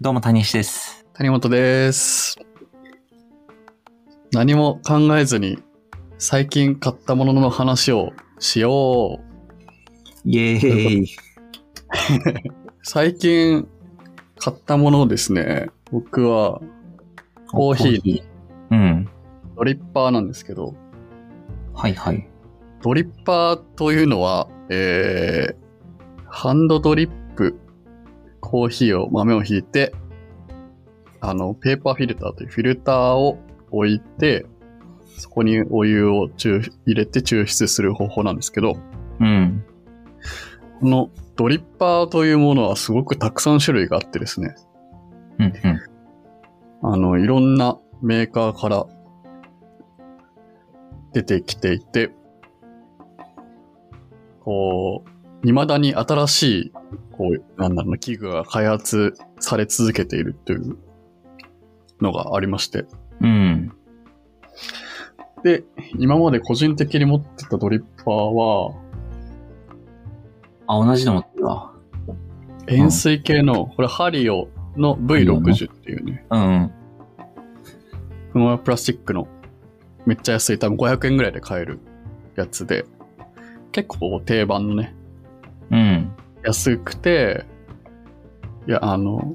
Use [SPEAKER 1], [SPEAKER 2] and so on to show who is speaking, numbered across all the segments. [SPEAKER 1] どうも、谷石です。
[SPEAKER 2] 谷本です。何も考えずに、最近買ったものの話をしよう。
[SPEAKER 1] イエーイ。
[SPEAKER 2] 最近買ったものをですね、僕はコーヒー
[SPEAKER 1] うん。
[SPEAKER 2] ドリッパーなんですけど、
[SPEAKER 1] はいはい。
[SPEAKER 2] ドリッパーというのは、えー、ハンドドリップ、コーヒーを豆をひいて、あの、ペーパーフィルターというフィルターを置いて、そこにお湯を抽入れて抽出する方法なんですけど、
[SPEAKER 1] うん。
[SPEAKER 2] このドリッパーというものはすごくたくさん種類があってですね、
[SPEAKER 1] うんうん。
[SPEAKER 2] あの、いろんなメーカーから出てきていて、こう、未だに新しい、こう、なんだろうな、器具が開発され続けているというのがありまして。
[SPEAKER 1] うん。
[SPEAKER 2] で、今まで個人的に持ってたドリッパーは、
[SPEAKER 1] あ、同じの持ってるわ。
[SPEAKER 2] 円錐系の、これハリオの V60 っていうね、
[SPEAKER 1] うん。
[SPEAKER 2] このプラスチックのめっちゃ安い、多分500円ぐらいで買えるやつで、結構定番のね、
[SPEAKER 1] うん。
[SPEAKER 2] 安くて、いや、あの、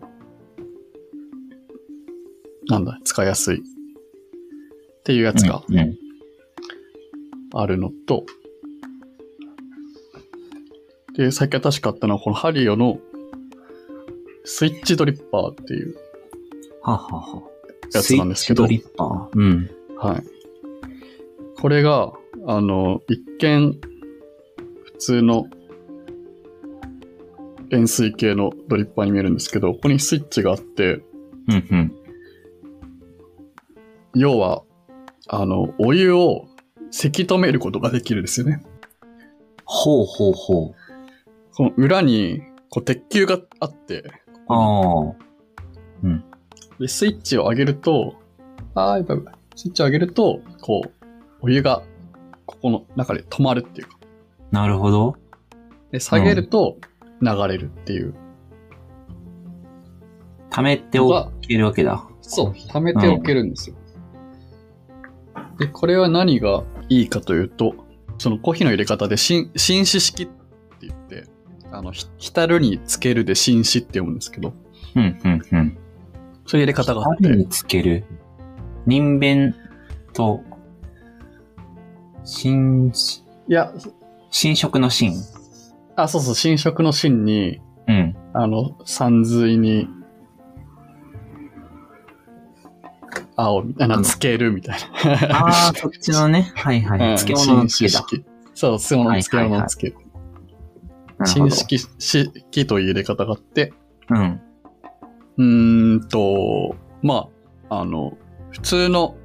[SPEAKER 2] なんだ、使いやすい。っていうやつが
[SPEAKER 1] うん。
[SPEAKER 2] あるのと、で、最近新しかったのは、このハリオのスイッチドリッパーっていう、
[SPEAKER 1] ははは。
[SPEAKER 2] やつなんですけど
[SPEAKER 1] スイッチドリッパー。うん。
[SPEAKER 2] はい。これが、あの、一見、普通の円錐形のドリッパーに見えるんですけど、ここにスイッチがあって、
[SPEAKER 1] うんうん。
[SPEAKER 2] 要は、あの、お湯をせき止めることができるんですよね。
[SPEAKER 1] ほうほうほう。
[SPEAKER 2] この裏に、こう、鉄球があって、
[SPEAKER 1] ああ。
[SPEAKER 2] で、スイッチを上げると、あーやばいやばいスイッチを上げると、こう、お湯が、ここの中で止まるっていうか、
[SPEAKER 1] なるほど。
[SPEAKER 2] で、下げると、流れるっていう。
[SPEAKER 1] 溜めておけるわけだ。
[SPEAKER 2] そう、溜めておけるんですよ。で、これは何がいいかというと、そのコーヒーの入れ方で、紳紳士式って言って、あの、ひ浸るにつけるで紳士って読むんですけど、
[SPEAKER 1] うんうんうん。
[SPEAKER 2] そういう入れ方があっ
[SPEAKER 1] 針
[SPEAKER 2] て、
[SPEAKER 1] につける。人弁と、新、
[SPEAKER 2] いや、
[SPEAKER 1] 新色の新。
[SPEAKER 2] あ、そうそう、新色の芯に、
[SPEAKER 1] うん。
[SPEAKER 2] あの、三髄に、青みたいな、つけるみたい な。
[SPEAKER 1] ああ、そっちのね。はいはい。
[SPEAKER 2] うん
[SPEAKER 1] 漬物の漬けだ。
[SPEAKER 2] 紳士そう、漬物の漬
[SPEAKER 1] はいはいはい
[SPEAKER 2] 物の漬け。
[SPEAKER 1] なるほ
[SPEAKER 2] 新
[SPEAKER 1] ど。
[SPEAKER 2] 式式という入れ方があって、
[SPEAKER 1] うん。
[SPEAKER 2] うーんと、まあ、あの、普通の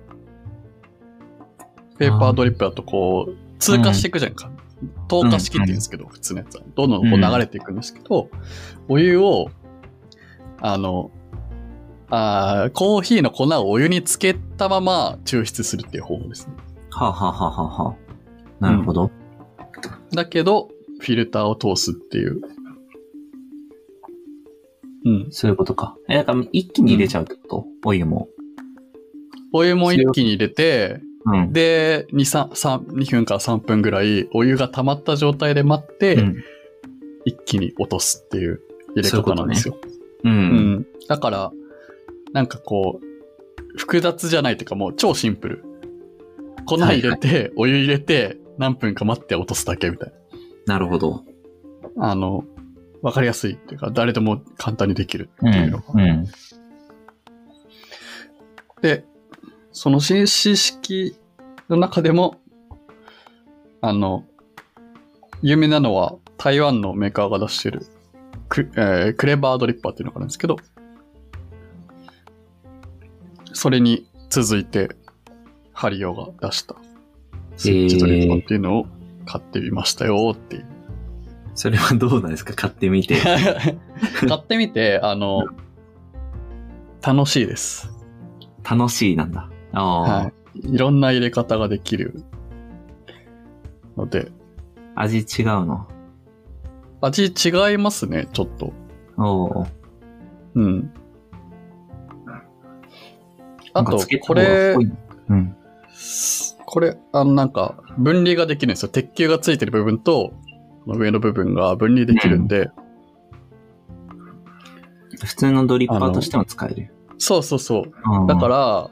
[SPEAKER 2] ペーパードリップだとこう、通過していくじゃんか。透過式って言うんですけど、普通のやつは。どんどんこう流れていくんですけど、お湯を、あの、あーコーヒーの粉をお湯につけたまま抽出するっていう方法ですね。
[SPEAKER 1] はあ、はあはあはあはあ、なるほど。
[SPEAKER 2] だけど、フィルターを通すっていう。うん。
[SPEAKER 1] そういうことか。え、だから一気に入れちゃうってこと、お湯も。
[SPEAKER 2] お湯も一気に入れて、
[SPEAKER 1] うん。
[SPEAKER 2] で、2、3、2分から3分ぐらい、お湯が溜まった状態で待って、
[SPEAKER 1] うん。
[SPEAKER 2] 一気に落とすっていう入れ方なんですよ。
[SPEAKER 1] う。
[SPEAKER 2] うんん。だから、なんかこう、複雑じゃないというか、もう超シンプル。粉入れて、お湯入れて、何分か待って落とすだけみたい
[SPEAKER 1] なるほど。
[SPEAKER 2] な。あの、わかりやすいっていうか、誰でも簡単にできる
[SPEAKER 1] う
[SPEAKER 2] っていうんのが。。
[SPEAKER 1] うん。
[SPEAKER 2] で、その紳士式の中でも、あの、有名なのは台湾のメーカーが出してるク,、えークレバードリッパーっていうのがあるんですけど、それに続いて、ハリオが出したスイッチドリッパーっていうのを買ってみましたよっていう。
[SPEAKER 1] それはどうなんですか買ってみ て。
[SPEAKER 2] 買ってみて、あの、楽しいです。
[SPEAKER 1] 楽しいなんだ。ああ、
[SPEAKER 2] はい。いろんな入れ方ができるので、
[SPEAKER 1] 味違うの。
[SPEAKER 2] 味違いますね、ちょっと。
[SPEAKER 1] おお。
[SPEAKER 2] うん。
[SPEAKER 1] な
[SPEAKER 2] あ
[SPEAKER 1] んか
[SPEAKER 2] と
[SPEAKER 1] つけ、た
[SPEAKER 2] こ
[SPEAKER 1] 方がかっ
[SPEAKER 2] れ
[SPEAKER 1] こい、いなうん。
[SPEAKER 2] これ、あの、なんか、分離ができるんですよ。鉄球がついてる部分と、この上の部分が分離できるんで、
[SPEAKER 1] 普通のドリッパーとしても使える。
[SPEAKER 2] そうそうそう。
[SPEAKER 1] うん
[SPEAKER 2] だから、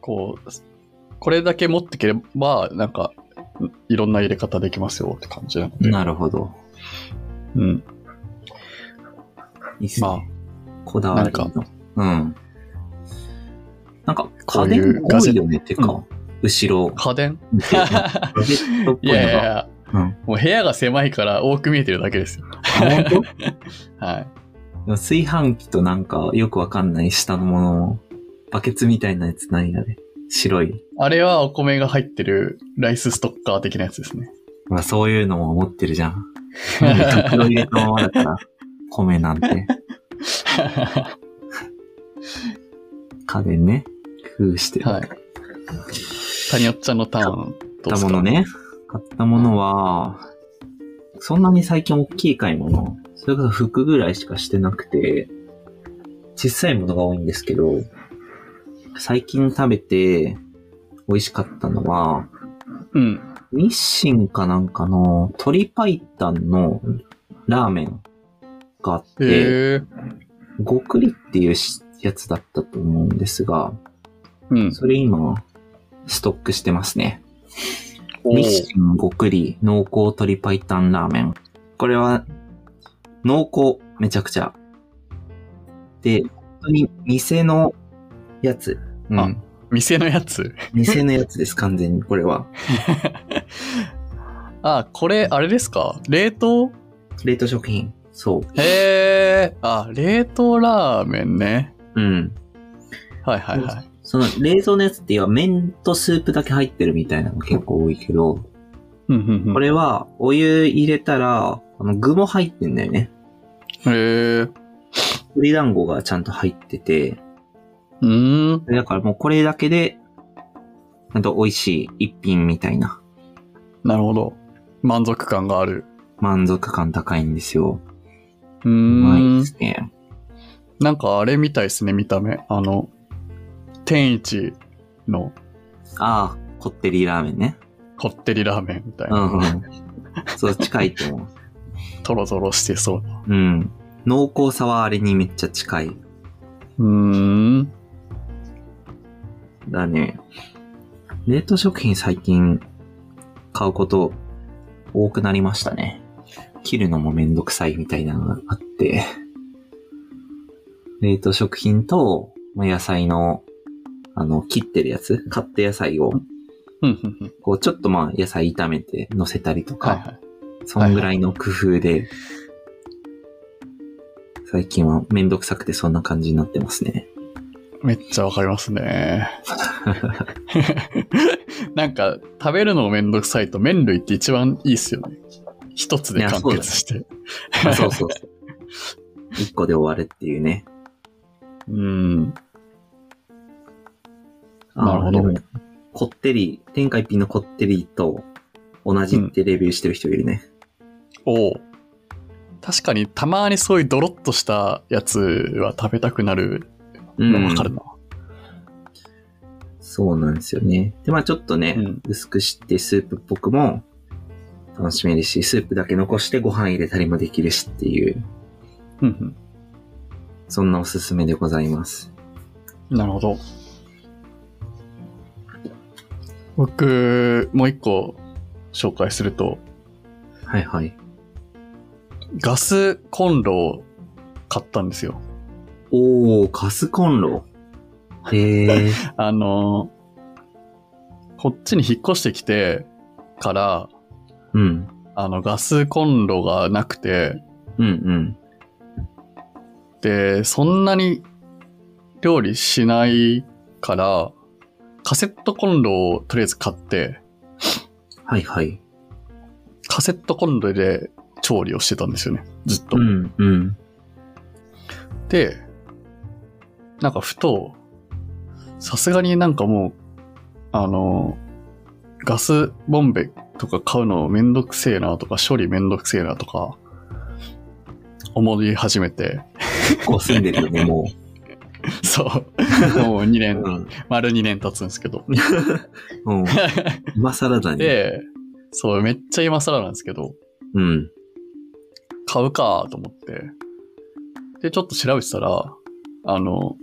[SPEAKER 2] こう、これだけ持ってければ、なんか、いろんな入れ方できますよって感じなので。
[SPEAKER 1] なるほど。
[SPEAKER 2] うん。
[SPEAKER 1] いいっすね。
[SPEAKER 2] ま
[SPEAKER 1] こだわり
[SPEAKER 2] なん
[SPEAKER 1] の。うん。なんか、
[SPEAKER 2] こ
[SPEAKER 1] 家
[SPEAKER 2] ういう
[SPEAKER 1] 電多いよね、てか、
[SPEAKER 2] う
[SPEAKER 1] 後ろ
[SPEAKER 2] あ、。家電
[SPEAKER 1] 見てなんかガジェットっぽ
[SPEAKER 2] い
[SPEAKER 1] いの
[SPEAKER 2] やいやい
[SPEAKER 1] が。
[SPEAKER 2] や、
[SPEAKER 1] うん
[SPEAKER 2] もう部屋が狭いから多く見えてるだけですよ。
[SPEAKER 1] あ本当
[SPEAKER 2] はい。
[SPEAKER 1] でも炊飯器となんかよくわかんない下のものを、バケツみたいなやつ何あれ白い。
[SPEAKER 2] あれはお米が入ってるライスストッカー的なやつです ね。
[SPEAKER 1] まあそういうのも持ってるじゃ ん。なんで袋入れたままだから、米なんて。家電ね。工夫してる。
[SPEAKER 2] はい。谷尾っちゃんのターン、ど
[SPEAKER 1] 買
[SPEAKER 2] う
[SPEAKER 1] っ
[SPEAKER 2] で
[SPEAKER 1] た
[SPEAKER 2] す
[SPEAKER 1] も
[SPEAKER 2] か
[SPEAKER 1] のね。買ったものは、そんなに最近大きい買い物。それから服ぐらいしかしてなくて、小さいものが多いんですけど、最近食べて美味しかったのは、
[SPEAKER 2] うん。
[SPEAKER 1] 日清かなんかの鶏白湯のラーメンがあって、
[SPEAKER 2] へえ
[SPEAKER 1] 極栗っていうしやつだったと思うんですが、
[SPEAKER 2] うん。
[SPEAKER 1] それ今、ストックしてますね。
[SPEAKER 2] お
[SPEAKER 1] 日
[SPEAKER 2] ー
[SPEAKER 1] 清極栗濃厚鶏白湯ラーメン。これは、濃厚、めちゃくちゃ。で、本当に店のやつ。う
[SPEAKER 2] あ
[SPEAKER 1] ん。
[SPEAKER 2] 店のやつ
[SPEAKER 1] 店のやつです、完全に、これは。
[SPEAKER 2] あ、これ、あれですか冷凍
[SPEAKER 1] 冷凍食品。そう。
[SPEAKER 2] へえ。あ、冷凍ラーメンね。
[SPEAKER 1] うん。
[SPEAKER 2] はいはいはい。
[SPEAKER 1] その、冷蔵のやつって言えば麺とスープだけ入ってるみたいなのが結構多いけど、
[SPEAKER 2] うんうんうん
[SPEAKER 1] これは、お湯入れたら、あの、具も入ってんだよね。
[SPEAKER 2] へえ。
[SPEAKER 1] 鶏団子がちゃんと入ってて、
[SPEAKER 2] うーん。
[SPEAKER 1] だからもうこれだけで、ちゃんと美味しい一品みたいな
[SPEAKER 2] なるほど。満足感がある。
[SPEAKER 1] 満足感高いんですよ。
[SPEAKER 2] う
[SPEAKER 1] う
[SPEAKER 2] ー
[SPEAKER 1] まい
[SPEAKER 2] ん
[SPEAKER 1] で。すね。
[SPEAKER 2] なんかあれみたいですね、見た目。あの、天一の
[SPEAKER 1] ああ、こってりラーメンね。
[SPEAKER 2] こってりラーメンみたいうな。
[SPEAKER 1] んうん。そう、近いと思
[SPEAKER 2] とろとろしてそうな。
[SPEAKER 1] う。うん。濃厚さはあれにめっちゃ近いう
[SPEAKER 2] ーん。
[SPEAKER 1] だね。冷凍食品最近買うこと多くなりましたね。切るのもめんどくさいみたいなのがあって。冷凍食品と、まあ野菜の、あの、切ってるやつ、買った野菜を、
[SPEAKER 2] うんうんうん
[SPEAKER 1] こう、ちょっとまあ、野菜炒めて乗せたりとか、
[SPEAKER 2] はいはい。
[SPEAKER 1] そんぐらいの工夫で、最近はめんどくさくてそんな感じになってます ね。
[SPEAKER 2] めっちゃわかりますね。 なんか、食べるのもめんどくさいと麺類って一番いいっすよね。一つで完結して。
[SPEAKER 1] あそうそうそう。一個で終わるっていうね。
[SPEAKER 2] うん。
[SPEAKER 1] あー
[SPEAKER 2] なるほど
[SPEAKER 1] でもこってり、天下一品のこってりと同じってレビューしてる人いるね。
[SPEAKER 2] おう確かにたまにそういうドロッとしたやつは食べたくなる
[SPEAKER 1] う
[SPEAKER 2] のわかるな。
[SPEAKER 1] そうなんですよね。で、まあちょっとね、
[SPEAKER 2] うん
[SPEAKER 1] 薄くしてスープっぽくも楽しめるし、スープだけ残してご飯入れたりもできるしっていう、
[SPEAKER 2] うん
[SPEAKER 1] そんなおすすめでございます。
[SPEAKER 2] うんなるほど。僕、もう一個紹介すると、
[SPEAKER 1] はいはい。
[SPEAKER 2] ガスコンロを買ったんですよ。
[SPEAKER 1] おー、ガスコンロ。へー。
[SPEAKER 2] あのーこっちに引っ越してきてから、
[SPEAKER 1] うん。
[SPEAKER 2] あの、ガスコンロがなくて、
[SPEAKER 1] うんうん。
[SPEAKER 2] で、そんなに料理しないから、カセットコンロをとりあえず買って、
[SPEAKER 1] はいはい。
[SPEAKER 2] カセットコンロで調理をしてたんですよね、ずっと。
[SPEAKER 1] うんうん。
[SPEAKER 2] で、なんかふと、さすがになんかもう、あの、ガスボンベとか買うのめんどくせえなとか、処理めんどくせえなとか、思い始めて、
[SPEAKER 1] 結構住んでるよね、もう。
[SPEAKER 2] そう。もう2 年、
[SPEAKER 1] うん。
[SPEAKER 2] 丸2年経つんですけど。
[SPEAKER 1] うん。今更だね。
[SPEAKER 2] で、そう、めっちゃ今更なんですけど、
[SPEAKER 1] うん。
[SPEAKER 2] 買うかと思って。で、ちょっと調べてたら、あの、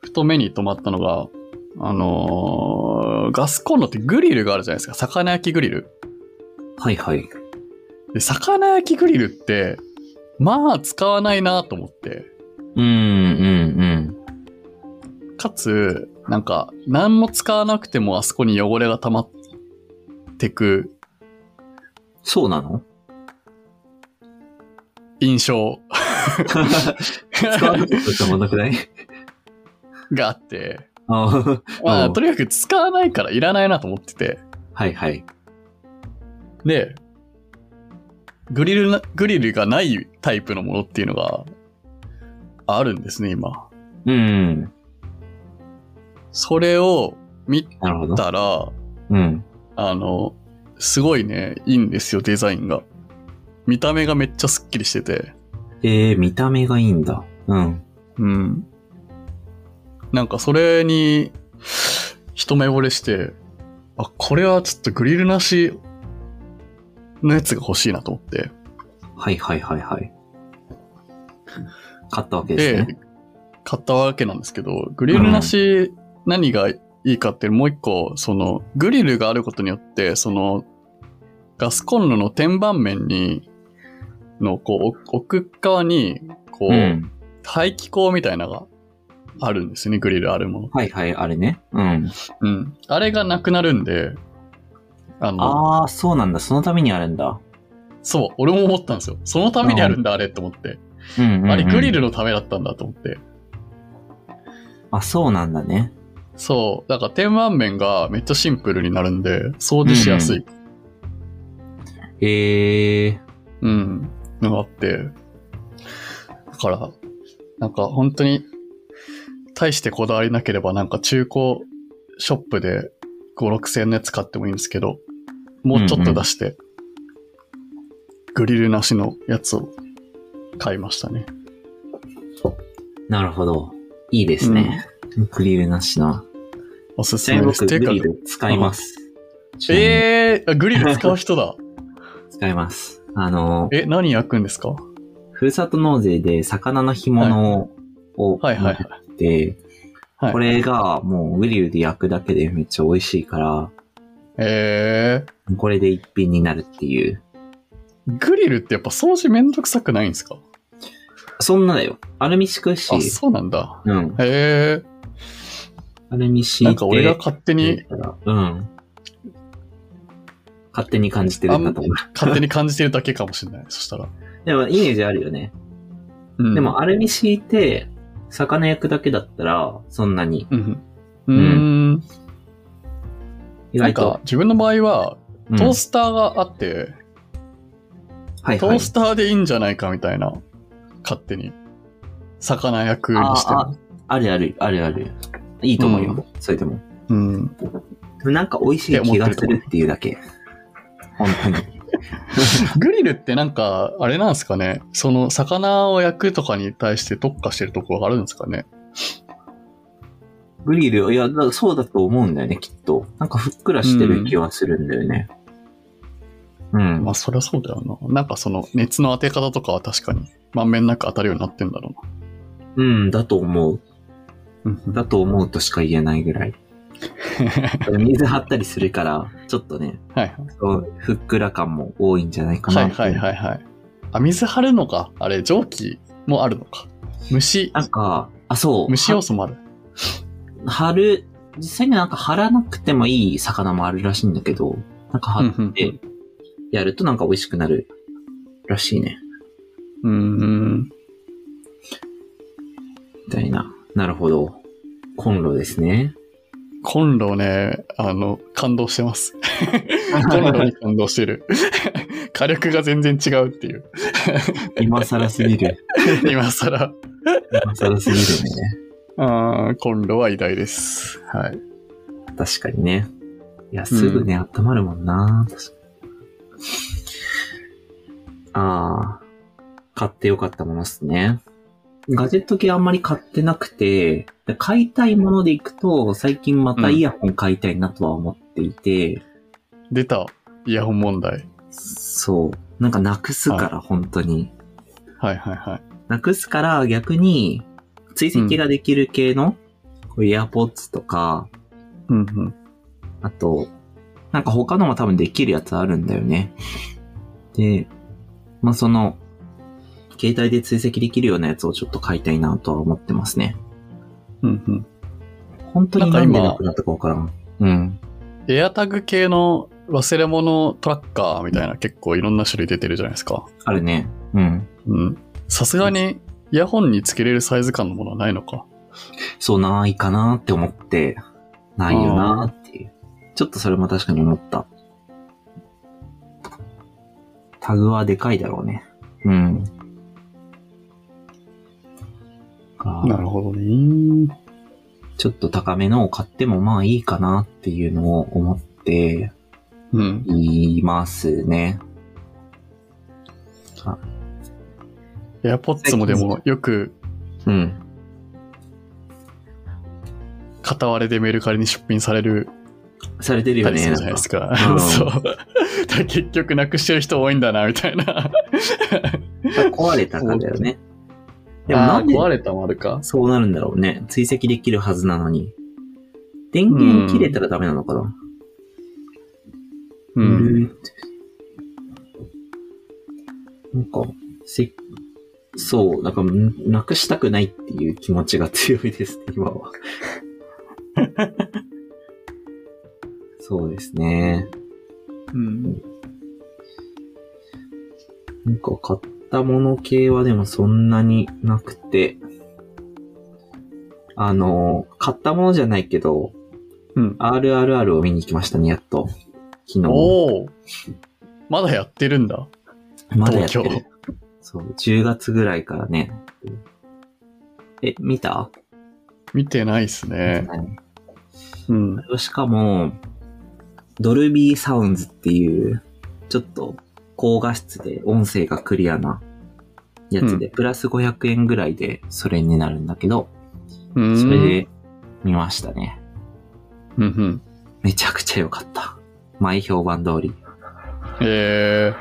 [SPEAKER 2] ふと目に留まったのが、あのーガスコンロってグリルがあるじゃないですか。魚焼きグリル。
[SPEAKER 1] はいはい。
[SPEAKER 2] で、魚焼きグリルって、まあ使わないなと思って。
[SPEAKER 1] うん、うん、
[SPEAKER 2] かつ、なんか、何も使わなくてもあそこに汚れが溜まってく
[SPEAKER 1] うん。そうなの
[SPEAKER 2] 印象
[SPEAKER 1] 使わなかったもんなくない
[SPEAKER 2] があって、
[SPEAKER 1] ああ。
[SPEAKER 2] ま
[SPEAKER 1] う
[SPEAKER 2] あ、
[SPEAKER 1] ん
[SPEAKER 2] とにかく使わないからいらないなと思ってて。
[SPEAKER 1] はいはい。
[SPEAKER 2] で、グリルな、グリルがないタイプのものっていうのがあるんですね、今。
[SPEAKER 1] うん。
[SPEAKER 2] それを見
[SPEAKER 1] なるほど。
[SPEAKER 2] たら、
[SPEAKER 1] うん。
[SPEAKER 2] あの、すごいね、いいんですよ、デザインが。見た目がめっちゃスッキリしてて。
[SPEAKER 1] ええー、見た目がいいんだ。うん。
[SPEAKER 2] うん。なんかそれに、一目惚れして、あ、これはちょっとグリルなしのやつが欲しいなと思って。
[SPEAKER 1] はいはいはいはい。買ったわけです
[SPEAKER 2] で
[SPEAKER 1] ね。、
[SPEAKER 2] 買ったわけなんですけど、グリルなし何がいいかってもう一個、その、グリルがあることによって、その、ガスコンロの天板面に、の、こう、奥奥側に、こう、
[SPEAKER 1] うん。
[SPEAKER 2] 排気口みたいなのがあるんですね、グリルあるもの。
[SPEAKER 1] はいはい、あれね。うん。
[SPEAKER 2] うん。あれがなくなるんで、あの、
[SPEAKER 1] ああ、そうなんだ。そのためにあるんだ。
[SPEAKER 2] そう、俺も思ったんですよ。そのためにあるんだ、あれって思って。
[SPEAKER 1] うんうん、うん。
[SPEAKER 2] あれ、グリルのためだったんだと思って。
[SPEAKER 1] あ、そうなんだね。
[SPEAKER 2] そう、だから天板面がめっちゃシンプルになるんで、掃除しやすい。
[SPEAKER 1] ええ
[SPEAKER 2] うん、のがあって。だから、なんか本当に、大してこだわりなければ、なんか中古ショップで5、6千円のやつ買ってもいいんですけど、もうちょっと出して、グリルなしのやつを買いましたね。
[SPEAKER 1] なるほど。いいですね。グリルなしな。
[SPEAKER 2] おす
[SPEAKER 1] ち
[SPEAKER 2] す
[SPEAKER 1] なみに
[SPEAKER 2] めです。
[SPEAKER 1] 僕、グ
[SPEAKER 2] てか
[SPEAKER 1] リル使います。え
[SPEAKER 2] えー、あグリル使う人だ。
[SPEAKER 1] 使います。あの、
[SPEAKER 2] え、何焼くんですか
[SPEAKER 1] ふるさと納税で魚の干物を
[SPEAKER 2] はいはいはい
[SPEAKER 1] 持って、
[SPEAKER 2] はい
[SPEAKER 1] これがもうグリルで焼くだけでめっちゃ美味しいから、
[SPEAKER 2] え
[SPEAKER 1] これで一品になるっていう。
[SPEAKER 2] ー、グリルってやっぱ掃除めんどくさくないんですか
[SPEAKER 1] そんなだよ。アルミ敷くし
[SPEAKER 2] あ、、そうなんだ。
[SPEAKER 1] うん。
[SPEAKER 2] へえ
[SPEAKER 1] アルミ敷いて。
[SPEAKER 2] なんか俺が勝手に、
[SPEAKER 1] うん。勝手に感じてるんだと思う。
[SPEAKER 2] 勝手に感じてるだけかもしれない。そしたら。
[SPEAKER 1] でも、イメージあるよね。
[SPEAKER 2] うん
[SPEAKER 1] でも、、アルミ敷いて、魚焼くだけだったら、そんなに。
[SPEAKER 2] うん。うーん。
[SPEAKER 1] 意
[SPEAKER 2] なん
[SPEAKER 1] 外と
[SPEAKER 2] か、。自分の場合は、
[SPEAKER 1] うん
[SPEAKER 2] トースターがあって、
[SPEAKER 1] はい
[SPEAKER 2] ト
[SPEAKER 1] はい
[SPEAKER 2] ースターでいいんじゃないかみたいな、勝手に。魚焼くにして
[SPEAKER 1] あ
[SPEAKER 2] も。
[SPEAKER 1] あるある、あるある。いいと思うよ。
[SPEAKER 2] う
[SPEAKER 1] それでも。
[SPEAKER 2] うん。
[SPEAKER 1] なんか美味しい気がするっていうだけ。本当に。
[SPEAKER 2] グリルってなんか、あれなんですかね。その、魚を焼くとかに対して特化してるとこがあるんですかね。
[SPEAKER 1] グリル、いや、だからそうだと思うんだよね、きっと。なんかふっくらしてる気はするんだよね。うん。
[SPEAKER 2] まあ、そりゃそうだよな。なんかその、熱の当て方とかは確かに、まんべんなく当たるようになってんだろ
[SPEAKER 1] うん、だと思う。
[SPEAKER 2] うな。
[SPEAKER 1] だと思うとしか言えないぐらい。水張ったりするから、ちょっとね、
[SPEAKER 2] はいはい。
[SPEAKER 1] そうふっくら感も多いんじゃないか
[SPEAKER 2] は
[SPEAKER 1] な。
[SPEAKER 2] いはいはいはい。あ、水張るのか。あれ、蒸気もあるのか。虫、
[SPEAKER 1] なんか、あ、そう。
[SPEAKER 2] 虫要素もある。
[SPEAKER 1] は張る、実際になんか張らなくてもいい魚もあるらしいんだけど、なんか張
[SPEAKER 2] うんう
[SPEAKER 1] っ
[SPEAKER 2] んう
[SPEAKER 1] てやるとなんか美味しくなるらしいね。
[SPEAKER 2] うーん。
[SPEAKER 1] みたいな。なるほど。コンロですね。
[SPEAKER 2] コンロね、あの、感動して ます。コンロに感動してる。 火力が全然違うっていう。
[SPEAKER 1] 今更すぎる。
[SPEAKER 2] 今更。
[SPEAKER 1] 今更すぎるね。
[SPEAKER 2] あーコンロは偉大です。はい。
[SPEAKER 1] 確かにね。いや、すぐね、温まるもんな。確かに。ああ、買ってよかったものっすね。ガジェット系あんまり買ってなくて、で買いたいものでいくと、最近またイヤホン買いたいなとは思っていて、
[SPEAKER 2] 出た。イヤホン問題。
[SPEAKER 1] そう。なんかなくすから、本当に。
[SPEAKER 2] はいはいはい。
[SPEAKER 1] なくすから逆に追跡ができる系の、こう AirPods とか、
[SPEAKER 2] うんうん。
[SPEAKER 1] あと、なんか他のも多分できるやつあるんだよね。で、まあその、携帯で追跡できるようなやつをちょっと買いたいなとは思ってますね。
[SPEAKER 2] うんうん。
[SPEAKER 1] 本当になんでなくなったかわからん。うん。
[SPEAKER 2] エアタグ系の忘れ物トラッカーみたいな結構いろんな種類出てるじゃないですか。
[SPEAKER 1] あるね。うん。
[SPEAKER 2] うん。さすがにイヤホンにつけれるサイズ感のものはないのか。
[SPEAKER 1] そうないかなって思って、ないよなっていう。ちょっとそれも確かに思った。タグはでかいだろうね。うん。あ
[SPEAKER 2] なるほどね。
[SPEAKER 1] ちょっと高めのを買ってもまあいいかなっていうのを思って
[SPEAKER 2] うん。
[SPEAKER 1] いますね。
[SPEAKER 2] エアポッツもでもよく
[SPEAKER 1] うん。
[SPEAKER 2] 片割れでメルカリに出品される
[SPEAKER 1] されてる
[SPEAKER 2] た
[SPEAKER 1] よ
[SPEAKER 2] りす
[SPEAKER 1] ね。
[SPEAKER 2] る
[SPEAKER 1] な
[SPEAKER 2] じゃない
[SPEAKER 1] ん
[SPEAKER 2] で
[SPEAKER 1] か
[SPEAKER 2] すか。
[SPEAKER 1] うん
[SPEAKER 2] そう。だから結局なくしてる人多いんだな、みたいな。
[SPEAKER 1] 壊れたからだよね。でもなんで
[SPEAKER 2] あー壊れたもあるか。
[SPEAKER 1] そうなるんだろうね。追跡できるはずなのに。電源切れたらダメなのかな、
[SPEAKER 2] う。
[SPEAKER 1] うんん、なんか、せそう、なんか、んなくしたくないっていう気持ちが強いですね、今は。そうですね。
[SPEAKER 2] うん。
[SPEAKER 1] なんか買ったもの系はでもそんなになくて、あの、買ったものじゃないけど、
[SPEAKER 2] うん。
[SPEAKER 1] RRR を見に行きましたね、やっと。昨日。
[SPEAKER 2] おお。まだやってるんだ。
[SPEAKER 1] まだやって
[SPEAKER 2] 東
[SPEAKER 1] る。そう、10月ぐらいからね。え、見た、
[SPEAKER 2] 見てないっすね。
[SPEAKER 1] はい
[SPEAKER 2] うん。
[SPEAKER 1] しかも、ドルビーサウンズっていう、ちょっと高画質で音声がクリアなやつで、プラス500円ぐらいでそれになるんだけど、
[SPEAKER 2] うん。
[SPEAKER 1] それで見ましたね。
[SPEAKER 2] うんうん。
[SPEAKER 1] めちゃくちゃ良かった。前評判通り。
[SPEAKER 2] えー、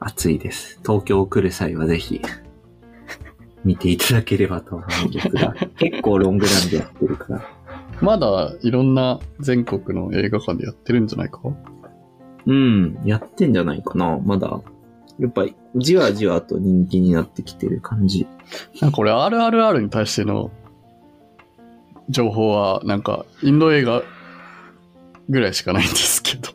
[SPEAKER 1] 暑いです。東京来る際はぜひ、見ていただければと思うんです が、結構ロングランでやってるから。
[SPEAKER 2] まだいろんな全国の映画館でやってるんじゃないか
[SPEAKER 1] うん、やってんじゃないかな、まだ。やっぱり、じわじわと人気になってきてる感じ。
[SPEAKER 2] なんか俺 RRR に対しての情報はなんかインド映画ぐらいしかないんですけど。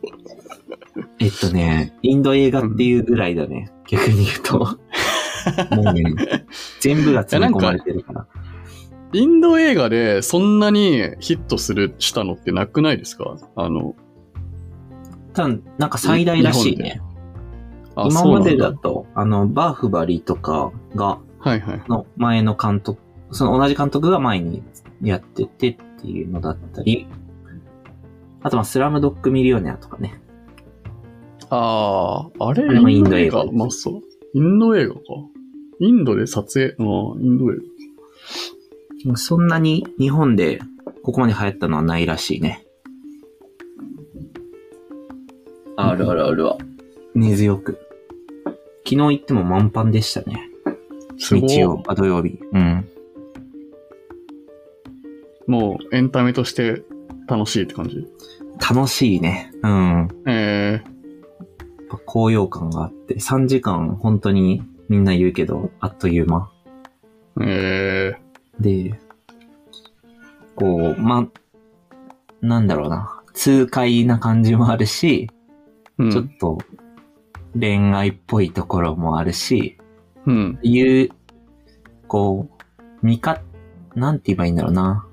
[SPEAKER 1] えっとね、インド映画っていうぐらいだね。逆に言う と。もうね、全部が詰め込まれてるから。
[SPEAKER 2] インド映画でそんなにヒットする、したのってなくないですかあの、
[SPEAKER 1] ただ、なんか最大らしいね。
[SPEAKER 2] あ
[SPEAKER 1] 今まで
[SPEAKER 2] そうな
[SPEAKER 1] だ
[SPEAKER 2] ん
[SPEAKER 1] と、あの、バーフバリとかが、
[SPEAKER 2] はいはい。
[SPEAKER 1] の前の監督、その同じ監督が前にやっててっていうのだったり、あとまあスラムドッグミリオネアとかね。
[SPEAKER 2] ああ、あれ
[SPEAKER 1] あれもインド映画
[SPEAKER 2] まあそう。インド映画か。インドで撮影、ああ、インド映
[SPEAKER 1] そんなに日本でここまで流行ったのはないらしいね。
[SPEAKER 2] 画。
[SPEAKER 1] あるある
[SPEAKER 2] あるわ。
[SPEAKER 1] 根強く。昨日行っても満帆でしたね。
[SPEAKER 2] すご
[SPEAKER 1] 日
[SPEAKER 2] い。
[SPEAKER 1] 曜、あ土曜日。うん。
[SPEAKER 2] もうエンタメとして楽しいって感じ。
[SPEAKER 1] 楽しいね。うん。
[SPEAKER 2] え
[SPEAKER 1] やっぱ高揚感があって、3時間本当にみんな言うけど、あっという間。
[SPEAKER 2] ー、えー、
[SPEAKER 1] で、こう、ま、なんだろうな、痛快な感じもあるし、
[SPEAKER 2] うん。
[SPEAKER 1] ちょっと恋愛っぽいところもあるし、
[SPEAKER 2] うん。
[SPEAKER 1] いう、こう、見か、なんて言えばいいんだろうな。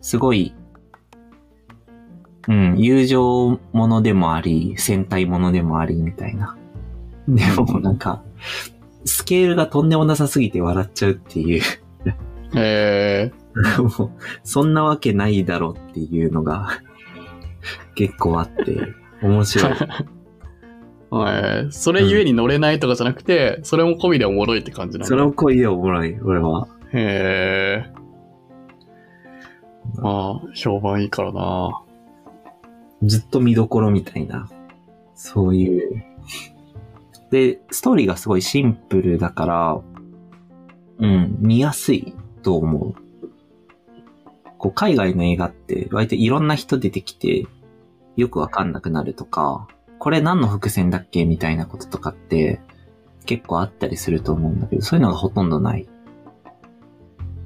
[SPEAKER 1] すごい、うん、友情ものでもあり、戦隊ものでもあり、みたいな。で もなんか、スケールがとんでもなさすぎて笑っちゃうっていう。
[SPEAKER 2] え
[SPEAKER 1] もう、そんなわけないだろうっていうのが、結構あって、面白い。
[SPEAKER 2] えーそれゆえに乗れないとかじゃなくて、それも込みでおもろいって感じなんだ
[SPEAKER 1] それをこう言えばおもろい、俺は。
[SPEAKER 2] へえ。まあ、評判いいからな。
[SPEAKER 1] ずっと見どころみたいな。そういう。で、ストーリーがすごいシンプルだから、うん、見やすいと思う。こう、海外の映画って、割といろんな人出てきて、よくわかんなくなるとか、これ何の伏線だっけみたいなこととかって、結構あったりすると思うんだけど、そういうのがほとんどない。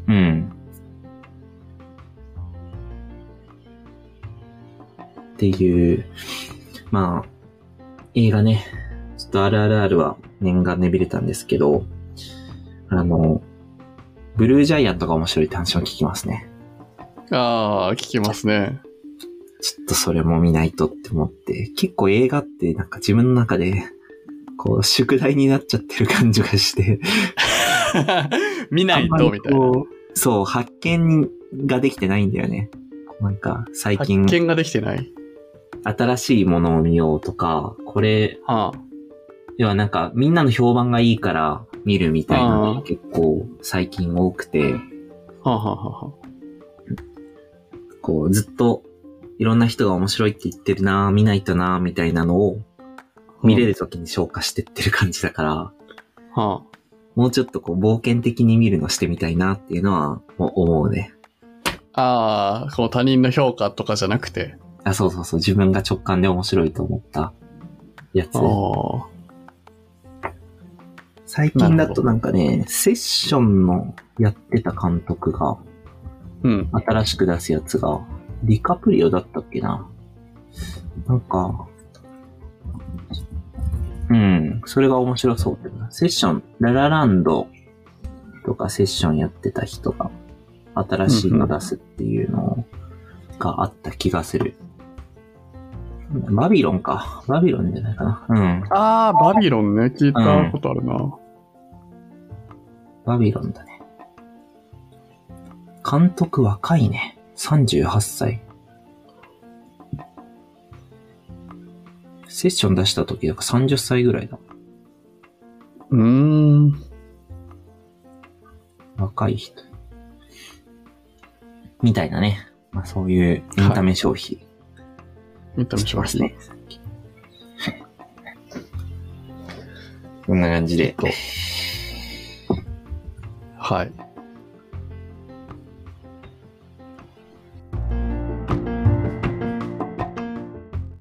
[SPEAKER 1] うん。っていう、まあ、映画ね、ちょっと RRR は念願で見れたんですけど、あの、ブルージャイアントが面白いって話を聞きますね。
[SPEAKER 2] ああ、聞きますね。
[SPEAKER 1] ちょっとそれも見ないとって思って、結構映画ってなんか自分の中で、こう、宿題になっちゃってる感じがして、
[SPEAKER 2] 見ない
[SPEAKER 1] あん
[SPEAKER 2] と、
[SPEAKER 1] まり
[SPEAKER 2] みたいな。
[SPEAKER 1] こうそう、発見ができてないんだよね。なんか、最
[SPEAKER 2] 発
[SPEAKER 1] 近、
[SPEAKER 2] 見ができてない。
[SPEAKER 1] 新しいものを見ようとか、これ、
[SPEAKER 2] はあ、
[SPEAKER 1] 要はなんか、みんなの評判がいいから見るみたいなのが結構最近多くて、
[SPEAKER 2] はあ、はあはあは
[SPEAKER 1] こう、ずっといろんな人が面白いって言ってるなぁ、見ないとなぁ、みたいなのを
[SPEAKER 2] あ、
[SPEAKER 1] 見れる時に消化してってる感じだから、
[SPEAKER 2] は
[SPEAKER 1] もうちょっとこう、冒険的に見るのしてみたいなっていうのはもう思うね。
[SPEAKER 2] あ。ああ、この他人の評価とかじゃなくて。
[SPEAKER 1] あ、そうそうそう、自分が直感で面白いと思ったやつ
[SPEAKER 2] あ。あ。
[SPEAKER 1] 最近だとなんかね、セッションのやってた監督が、
[SPEAKER 2] うん。
[SPEAKER 1] 新しく出すやつが、ディカプリオだったっけな。なんか、うん、それが面白そうだな。セッション、ララランドとかセッションやってた人が、新しいの出すっていうのがあった気がする。バビロンか。バビロンじゃないかな。うん。
[SPEAKER 2] ああ、バビロンね、聞いたことあるな。
[SPEAKER 1] バビロンだね。監督若いね。38歳。セッション出した時だから30歳ぐらいだ。
[SPEAKER 2] うーん。
[SPEAKER 1] 若い人。みたいなね。まあそういうエンタメ消費。
[SPEAKER 2] 見た目しますね。
[SPEAKER 1] ね。 こんな感じで。
[SPEAKER 2] はい。